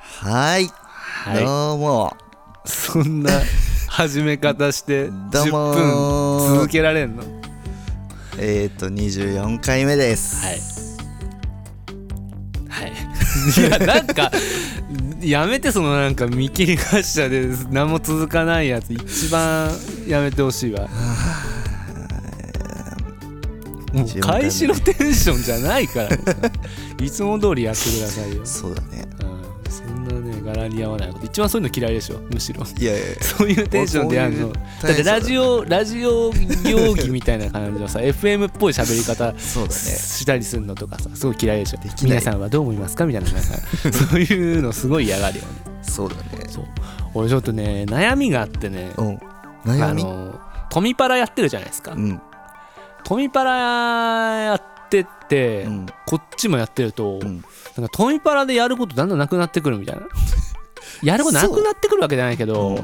はい、はいどうもそんな始め方してどう10も分続けられんの えっ、ー、と24回目です、はいはいいやなんかやめてそのなんか見切り発車で何も続かないやつ一番やめてほしいわもう14回目開始のテンションじゃない からいつも通りやってくださいよ、そうだねうん、そんなね柄に合わないこと一番そういうの嫌いでしょむしろいやいやいやそういうテンションでやるの。こだういうテンションってラジオ、ラジオ行儀みたいな感 じのさ、FM っぽい喋り方そうだね したりするのとかさ、すごい嫌いでしょきな。い皆さんはどう思いますかみたいなさ、 そういうのすごい嫌がるよね。そうだねそう。俺ちょっとね、悩みがあってね、うんあ悩みの、トミパラやってるじゃないですかう。んトミパラやってって、うんこっちもやってると、うんなんかトミパラでやることだんだんなくなってくるみたいな やることなくなってくるわけじゃないけど、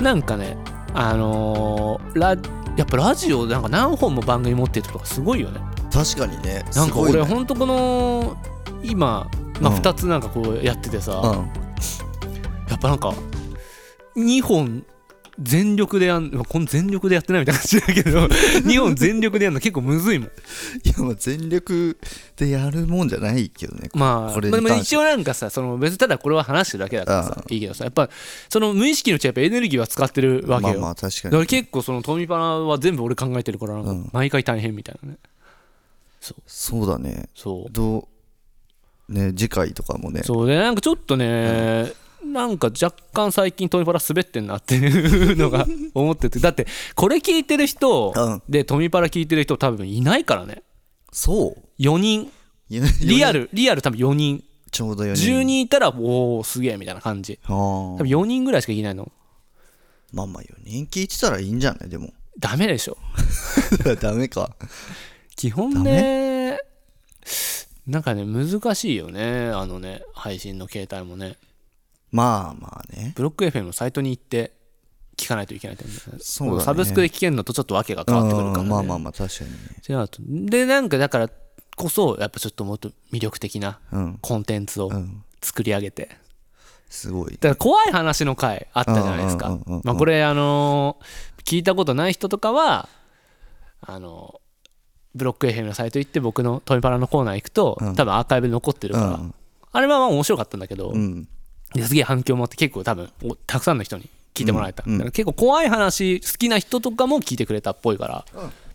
なんかねあのーラやっぱラジオなんか何本も番組持ってるとかすごいよね確かにねなんか俺すほんとこの今、まあ、うん2つなんかこうやっててさ、ごいねやっぱなんか2本全力でやんまあこの全力でやってないみたいな感じだ けど2本全力でやるの結構むずいもうんんいやまあ全力でやるもんじゃないけどねまこあ、れまあ、にでも関し一応なんかさその別にただこれは話してるだけだからさあいいけどさやっぱその無意識のうちはやっぱエネルギーは使ってるわけまあよ、まあ確かだかにら結構その富パラは全部俺考えてるからなんかうん毎回大変みたいなね、そうだねそうどうね次回とかもねそうでなんかちょっとね、なんか若干最近トミパラ滑ってんなっていうのが 思っててだってこれ聞いてる人うんでトミパラ聞いてる人多分いないからねそう4人リアルリアル多分4人ちょうど4人10人いたらおおすげえみたいな感じあ多ー分4人ぐらいしかいないのまあまあ4人聞いてたらいいんじゃないでも ダメでしょダメか基本ねなんかね難しいよねあのね配信の携帯もねまあまあねブロック FM のサイトに行って聞かないといけないってことねそうだねサブスクで聞けるのとちょっと訳が変わってくるから、うね、んまあまあまあ確かにね違うとでなんかだからこそやっぱちょっともっと魅力的なうんコンテンツをうん作り上げて、すごいだから怖い話の回あったじゃないでうすんうかんうんうんうんまあこれあのー聞いたことない人とかはあのーブロック FM のサイト行って僕のトミパラのコーナー行くと、多分アーカイブで残ってるから、うんあれはまあ面白かったんだけど、うんですげえ反響もあって結構多分おたくさんの人に聞いてもらえた、うんうんだから結構怖い話好きな人とかも聞いてくれたっぽいから、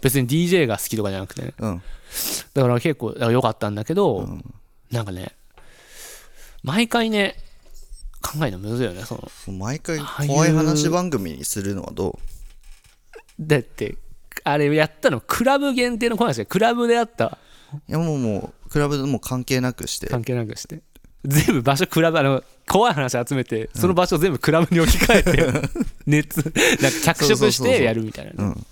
別に DJ が好きとかじゃなくてねうんだから結構だから良かったんだけど、なんかね毎回ね考えるのむずいよねその毎回ああいう怖い話番組にするのはどだってあれやったのクラブ限定の話でクラブであったういやもうもうクラブでもう関係なくして関係なくして全部場所クラブあの怖い話集めてその場所全部クラブに置き換え て熱なんか脚そうそうそう色しそうてやるみたいなねうん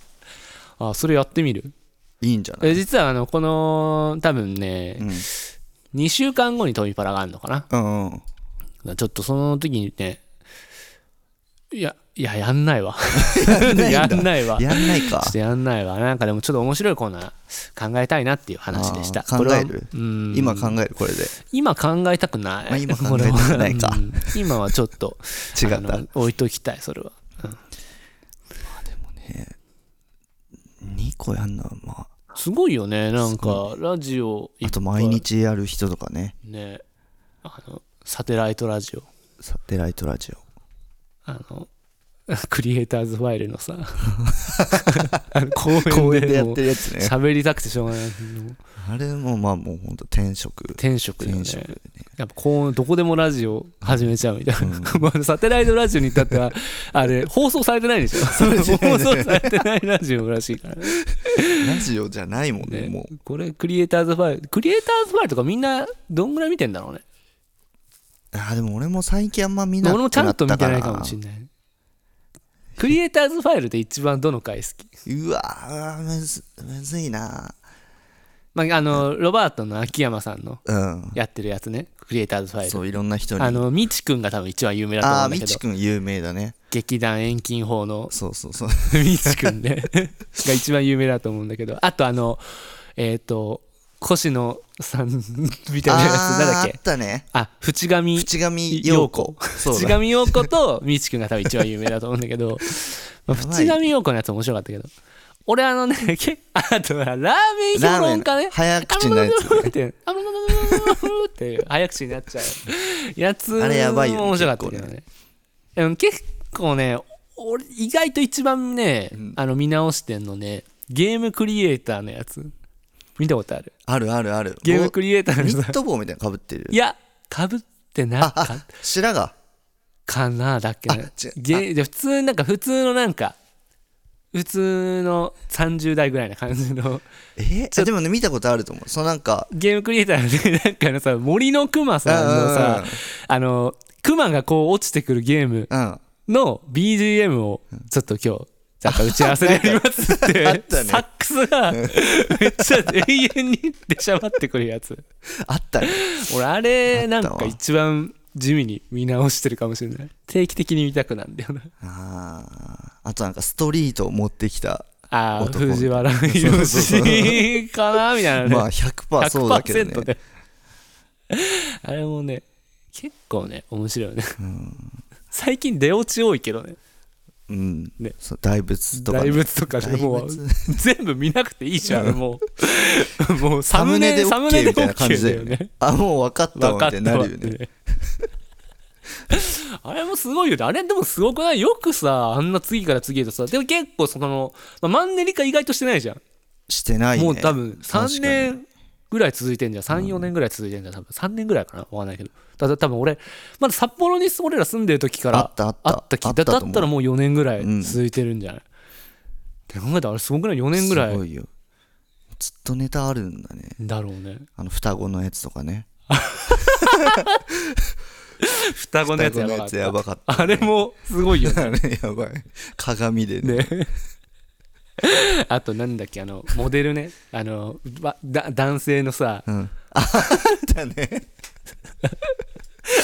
あそれやってみるいいんじゃないえ実はあのこの多分ね、2週間後にトミパラがあるのかなうんうんちょっとその時にねいやいややんないわやんないわちょやんないかっとやんないわなんかでもちょっと面白いコーナー考えたいなっていう話でしたあーこれは考えるうん今考えるこれで今考えたくない、あ今考えたくないかこれはうん 今はちょっと違ったあの置いときたいそれは、うん2個やんのはますごいよねなんかラジオいあっあと毎日やる人とかねねあのサテライトラジオサテライトラジあの クリエイターズファイルの さあの公園オで公園でやっもうてるやつね喋りたくてしょうがないもうあれもまあもうほんと転職天職だよね転職ねやっぱこうどこでもラジオ始めちゃうみたいな、ま あサテライトラジオに至ってはあれ放送されてないでしょ 放送されてないラジオらしいからねラジオじゃないもんねもうこれクリエイターズファイルクリエイターズファイルとかみんなどんぐらい見てんだろうねあーでも俺も最近あんま見なく俺なもっちゃんたと見てかならいかもしんないクリエイターズファイルで一番どの回好きうわーむずむずいなまあ、あのロバートの秋山さんのうんやってるやつねクリエイターズファイそルういろんな人にあのみちくんが多分一番有名だと思あうあんみだけちどくん有名だね劇団遠近法のそうそう そうみちくんねが一番有名だと思うんだけどあとあのえっ、と越野さんみたいなやつなんだっあーあけったねあ淵上淵上陽子そう淵だ上陽子とみちくんが多分一番有名だと思うんだけど、まあ、やばい淵上陽子のやつ面白かったけど俺あのねけあとはラーメン評ラーメ論ン家ね早口のやつあってあむむむむって早口になっちゃうやつもあれやばいよね面白かったけどねうん結構ね俺意外と一番ねうんあの見直してんのねゲームクリエイターのやつ見たことあるあるあるあるゲームクリエイターのニやッつト帽みたいなの被ってるいやかぶってなあかったあ白髪かなだっけなあちげじゃあ普通なんか普通のなんか普通の30代ぐらいな感 じのえちょでもね見たことあると思うそのなんかゲームクリエイターでなんかあのさ森のくまさんのさあのクマがこう落ちてくるゲームうんうんの BGM をちょっと今日なんか打ち合わせでやりますっ てあったねサックスがめっちゃ永遠に出しゃばってくるやつあったね 俺あれあなっんたわか一番地味に見直してるかもしれない定期的に見たくなんだよなあーあとなんかストリートを持ってきたああ男藤原そうそうそう宏かなみたいなね、まあ100%そうだけどね100%であれもね結構ね面白いよね、最近出落ち多いけどねうんねそう大仏とかね大仏とかでも大う仏全部見なくていいじゃんも うもうササムムネネでサムネ OK でみたいな感 OK じだだよよねねあもう分かった分わかっってたなわっるよてねね あれもすごいよねあれでもすごくないよくさあんな次から次へとさでも結構その、まあ、マンネリ化意外としてないじゃんしてないねもう多分確か3に年ぐらい続いてんじゃん34年ぐらい続いてんじゃん多分3年ぐらいかなわかんないけどただ多分俺まだ札幌に俺ら住んでる時からあったあったあったあ気っただとだ思うったらもう4年ぐらいうん続いてるんじゃない、って考えたらあれすごくない4年ぐらすごいいよずっとネタあるんだねだろうねあの双子のやつとかね双子のやつや双子ばかっのやつやたばかっあれもすごいよねたあれ やばい鏡でねね あとなんだっけあのモデルねあのわだ男性のさうんあったね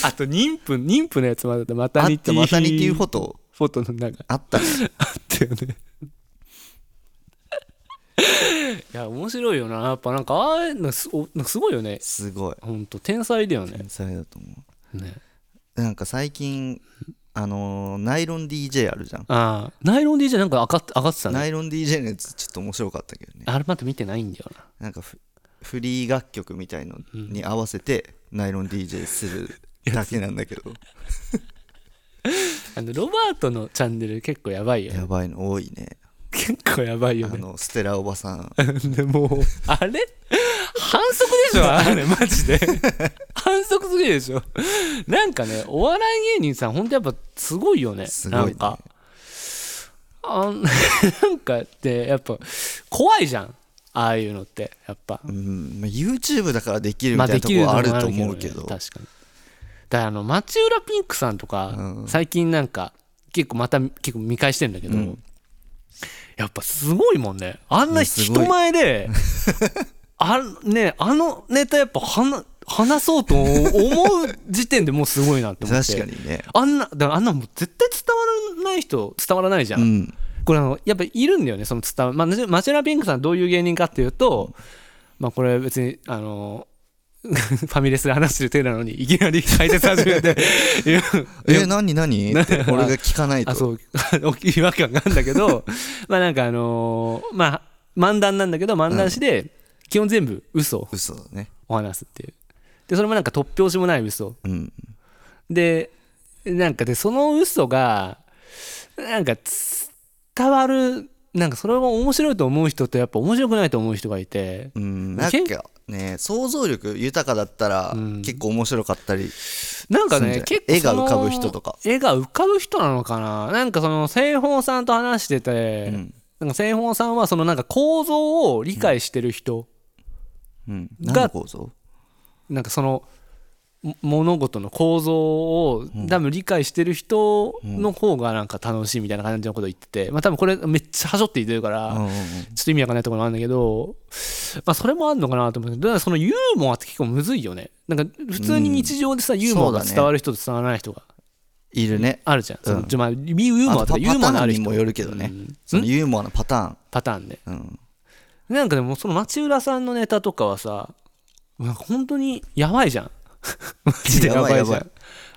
あと妊婦妊婦のやつまだマあタっニテたィマタニティフフォトォトの中あったねあったよね いや面白いよなやっぱなんかああいうのすおなんかすごいよねすごいほんと天才だよね天才だと思ねうなんか最近あのーナイロン DJ あるじゃんああナイロン DJ なんか上がって上がってたナねイロン DJ のやつちょっと面白かったけどねあれまだ見てないんだよななんかフフリー楽曲みたいのに合わせてナイロン DJ するだけなんだけどあのロバートのチャンネル結構やばいよねやばいの多いね結構やばいよあねのステラおばさん でもうあれ反則でしょあれマジで 反則すぎるでしょなんかねお笑い芸人さんほんとやっぱすごいよねすごいねなんかあん なんかってやっぱ怖いじゃんああいうのってやっぱうん、まあ、YouTube だからできるみまたあいなでときこるのろもはああるるけどと思うけどね確かにだからあの町浦ピンクさんとか、うん最近なんか結構また結構見返してんだけど、うんやっぱすごいもんねあんなねす人ごい前であねあのネタやっぱ話話そうと思う時点でもうすごいなって思って 確かにねあんなだからあんなもう絶対伝わらない人伝わらないじゃ、うんんこれあのやっぱいるんだよねその伝わまあなマチュラピンクさんどういう芸人かっていうと、まあこれ別にあの ファミレスで話してる手なのにいきなり解説始めていやえ何何って俺が聞かないと あそう 違和感があるんだけど まあなんかあのーまあ漫談なんだけど漫談師で基本全部嘘を嘘だね話すっていうでそれもなんか突拍子もない嘘うんでなんかでその嘘がなんかつ伝わるなんかそれを面白いと思う人とやっぱ面白くないと思う人がいてうんなんけんかね想像力豊かだったらうん結構面白かったりなんかそうねね結構そ絵がの浮かぶ人とか絵が浮かぶ人なのかななんかその西方さんと話してて、うんなんか西方さんはそのなんか構造を理解してる人、うんが何の構造なんかそのも物事の構造を多分理解してる人の方がなんか楽しいみたいな感じのことを言ってて、まあ、多分これめっちゃはしょって言ってるかうら、んうんうんちょっと意味わかんないところもあるんだけど、まあ、それもあるのかなと思うけど、だからそのユーモアって結構むずいよね。なんか、普通に日常でさ、ユーモアがそうだね伝わる人と伝わらない人がいるねあるじゃん。そのうんじゃあまあ、ユーモアあととかパユーモアのパタあーンるに人もよるけどねうんそのユーモアのパタパターンね。ーンうんなんかでもその町浦さんのネタとかはさなんか本当にやばいじゃん マジでやばいやじばいやゃばん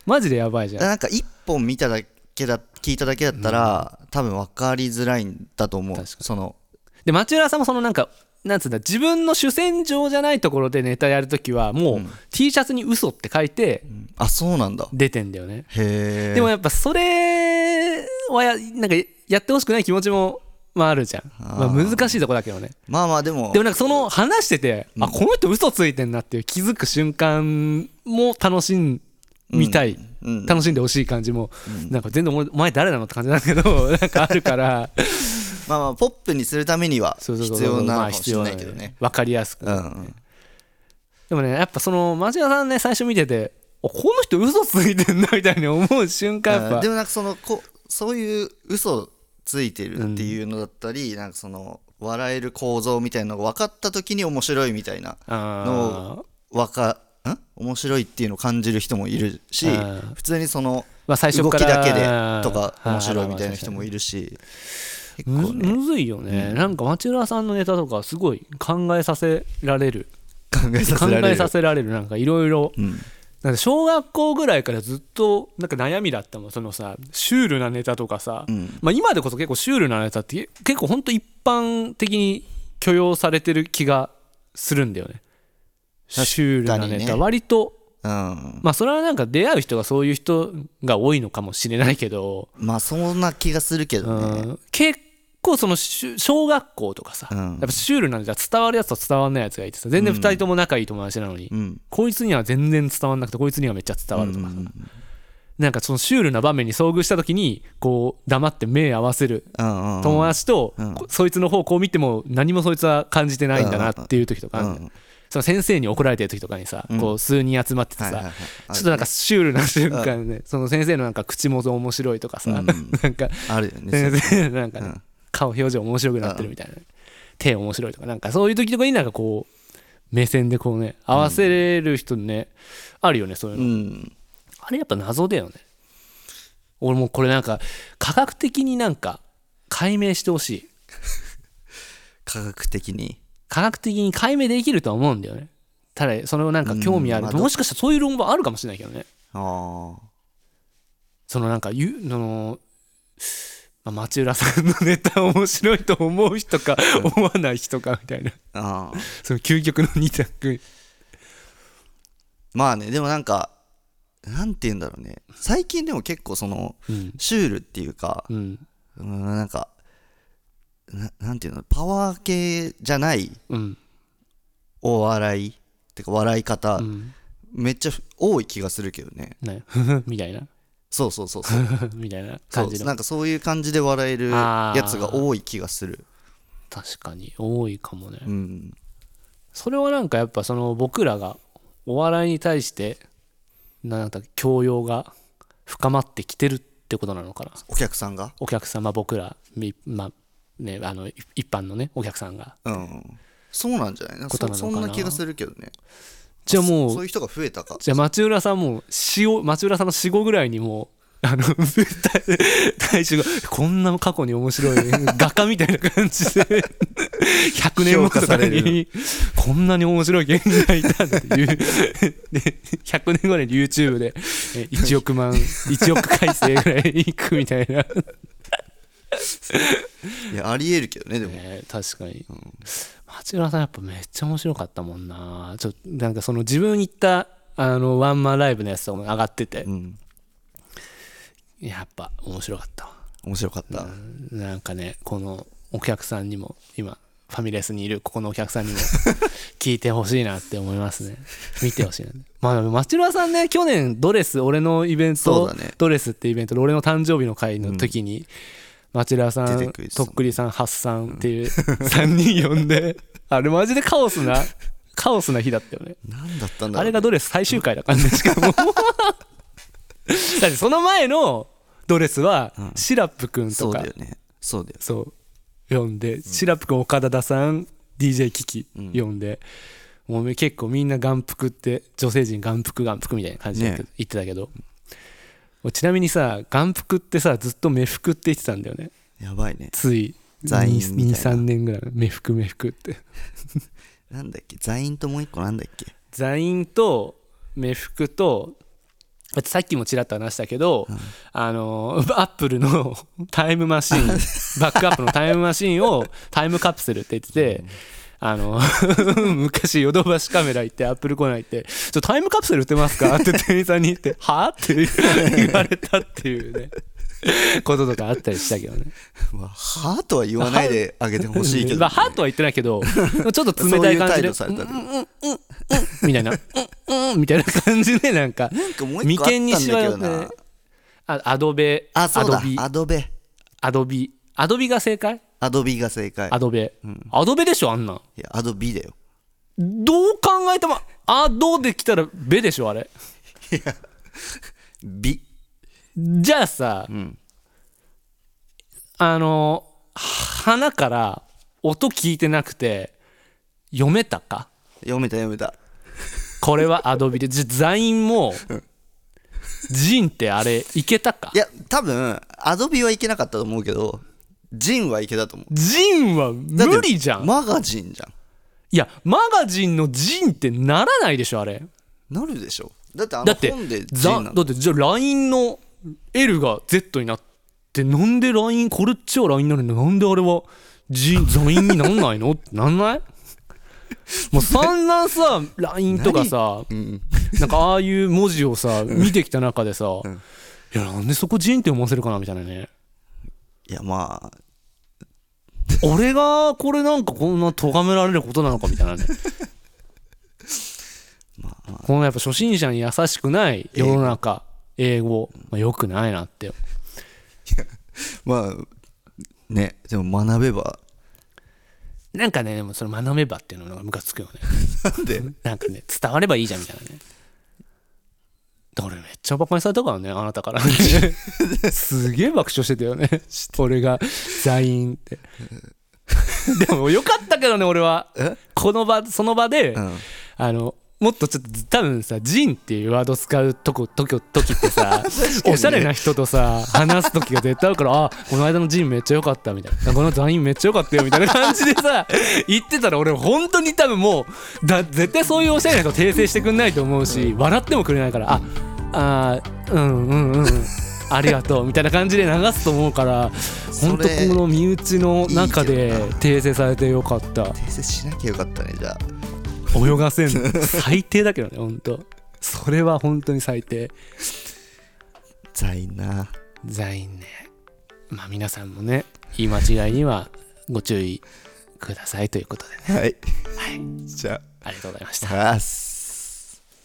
マジでやばいじゃんなんか一本見ただけだ聞いただけだったら、多分分かりづらいんだと思う確かそので町浦さんもそのなんかなんつうんだ自分の主戦場じゃないところでネタやるときはもう T シャツに嘘って書いてあそうなんだ出てんだよね、へえでもやっぱそれはやなんかやってほしくない気持ちもまああるじゃんまあ、難しいとこだけどねまあまあでもでもなんかその話してて、あこの人嘘ついてんなっていう気づく瞬間も楽しんみたうい、ん楽しんでほしい感じも、なんか全然お前お前誰なのって感じなんだけど なんかあ るからまあまあポップにするためにはそうそうそう必要なのまかあもし必れ要なだいよけどねわかりやすく、うんでもねやっぱその町田さんね最初見てておこの人嘘ついてんなみたいに思う瞬間やっぱでもなんかそのこそういう嘘ついてるっていうのだったり、なんかその笑える構造みたいなのが分かった時に面白いみたいなあーのわかん面白いっていうのを感じる人もいるしうん普通にそのまあ最初動かきらだけでとかうん面白いみたいな人もいるし結む構ねむずいよね、なんか町浦さんのネタとかすごい考えさせられる考えさ考せられえるさせられるなんかいろいろうんなんか小学校ぐらいからずっとなんか悩みだったもんそのさシュールなネタとかさ、うんまあ、今でこそ結構シュールなネタって結構ほんと一般的に許容されてる気がするんだよねシュールなネ確かタにね割とうんまあそれはなんか出会う人がそういう人が多いのかもしれないけど、まあそんな気がするけうどねん、結構そのしゅ小学校とかさ、うんやっぱシュールなネタ伝わるやつと伝わんないやつがいてさ全然2人とも仲いい友達なのに、うんこいつには全然伝わんなくてこいつにはめっちゃ伝わるとかさ、なんかそのシュールな場面に遭遇した時にこう黙って目合わせるうんうん友達と、うんこそいつの方こう見ても何もそいつは感じてないんだなっていう時とかあるんだうよ、んその先生に怒られてる時とかにさ、こう数人集まっててさ、はいはいはいちょっとなんかシュールな瞬間で、ね、その先生のなんか口元面白いとかさ、うんなんかあるよね先生の なんか、ねうん顔表情面白くなってるみたいな、手面白いとかなんかそういう時とかになんかこう目線でこうね合わせれる人ね、あるよねそういううの、んあれやっぱ謎だよね俺もうこれなんか科学的になんか解明してほしい科学的に科学的に解明できるとは思うんだよねただそのなんか興味ある、うんまあもしかしたらそういう論文あるかもしれないけどねああそのなんかゆその、まあ、町浦さんのネタ面白いと思う人か思わない人かみたいなああその究極の二択まあねでもなんかなんて言うんだろうね最近でも結構そのうんシュールっていうかうんうんなんかななんていうのパワー系じゃないうんお笑いってか笑い方、うんめっちゃ多い気がするけどねねみたいな そうそうそうそうみたいなそ感うじなのんかそういう感じで笑えるあーやつが多い気がする確かに多いかもねうんそれはなんかやっぱその僕らがお笑いに対してなんか教養が深まってきてるってことなのかなお客さんがお客様僕らみまあねあのい一般のねお客さんがうんそうなんじゃないなことなそのかそなんな気がするけどねじゃあもうそういう人が増えたかじゃあ町浦さんも死を町浦さんの死後ぐらいにもうあの 大大衆がこんな過去に面白い画家みたいな感じで100年後と評価さかれるにこんなに面白い芸人がいたっていうで100年後に YouTube でえ1億万1億回生ぐらいいくみたいな、いやありえるけどねでも、ね確かに町浦さんやっぱめっちゃ面白かったもんなちょっとなんかその自分行ったあのワンマンライブのやつとかも上がっててうん、やっぱ面白かったわ面白かった、なんかねこのお客さんにも今ファミレスにいるここのお客さんにも 聞いてほしいなって思いますね見てほしいなまあ町浦さんね去年ドレス俺のイベンそうト、だねドレスってイベントで俺の誕生日の会の時に、町浦さ出てんくれてたともっんくりさんハッさんっていう3人呼んであれマジでカオスなカオスな日だったよねなんだったんだろうねあれがドレス最終回だからね、しかも。だってその前のドレスは、シラップくんそとうかだよ、ねそうだよそう、読んで、シラップくん、岡田田さん、DJ キキ、読んで、もう結構みんな眼福って、女性陣眼福眼福みたいな感じで言ってね言ってたけど、ちなみにさ、眼福ってさ、ずっと目福って言ってたんだよね、やばいねつい座員みたい23な年ぐらい目服目服ってなんだっけ座員ともう一個なんだっけ座員と目服とあとさっきもちらっと話したけど、あの アップルのタイムマ シンバックアップのタイムマシンをタイムカプセルって言ってて。あの 昔ヨドバシカメラ行ってアップル来ないって「ちょタイムカプセル売ってますか?」って店員さんに言って「はあ?」って言われたってい うねこととかあったりしたけどねまあはとは言わないであげてほしいけまどあ、はとは言ってない けど、ちょっと冷たい感じで、そういう態度されたりうんうんうんうんみたいな、うんうんみたいな感じで、なんか、なんかもう一個あったんだけど眉間にしわ寄なってあアドベ、あそうだアドビ、アドベアドビ、アドビが正解アドビが正解アドベ。アドベでしょ、あんなん。いやアドビだよどう考えても、アドできたらベでしょ、あれ。ビじゃあさ、あの、花から音聞いてなくて、読めたか読めた読めたこれはアドビでじゃ座員もジンってあれいけたかいや多分アドビはいけなかったと思うけどジンはいけたと思うジンはだって無理じゃん、マガジンじゃんいやマガジンのジンってならないでしょあれなるでしょだってあだのって本でジざンなだのってじゃあ LINE の L が Z になってなんで LINE これっちは LINE なのになんであれはジン座員になんないのってなん ないもう散々さ LINE とかさうんなんかああいう文字をさ見てきた中でさ、いやなんでそこジンって思わせるかなみたいなねいやまあ俺がこれなんかこんな咎められることなのかみたいなねこのやっぱ初心者に優しくない世の中英語、まあ、よくないなってまあねでも学べばなんかねでもそれ学べばっていうのがムカつくよねなんでなんかね伝わればいいじゃんみたいなねだから俺めっちゃバカにされたからねあなたからすげえ爆笑してたよね俺が在員って でもよかったけどね俺はえこの場その場で、うんあのもっとちょっと多分さ「ジン」っていうワード使うとことき時っ てさおしゃれな人とさ話す時が絶対あるから「あこの間のジンめっちゃ良かった」みたいな「この座員めっちゃ良かったよ」みたいな感じでさ 言ってたら俺本当に多分もうだ絶対そういうおしゃれな人訂正してくんないと思うし笑ってもくれないから「ああーうんうんうんうん」ありがとうみたいな感じで流すと思うから本当こ それの身内の中いいでけどな訂正されてよかった訂正しなきゃよかったねじゃあ泳がせんの最低だけどね本当それは本当に最低ザイな残念ねまあ皆さんもね言い間違いにはご注意くださいということでねはいじゃありがとうございましたああっす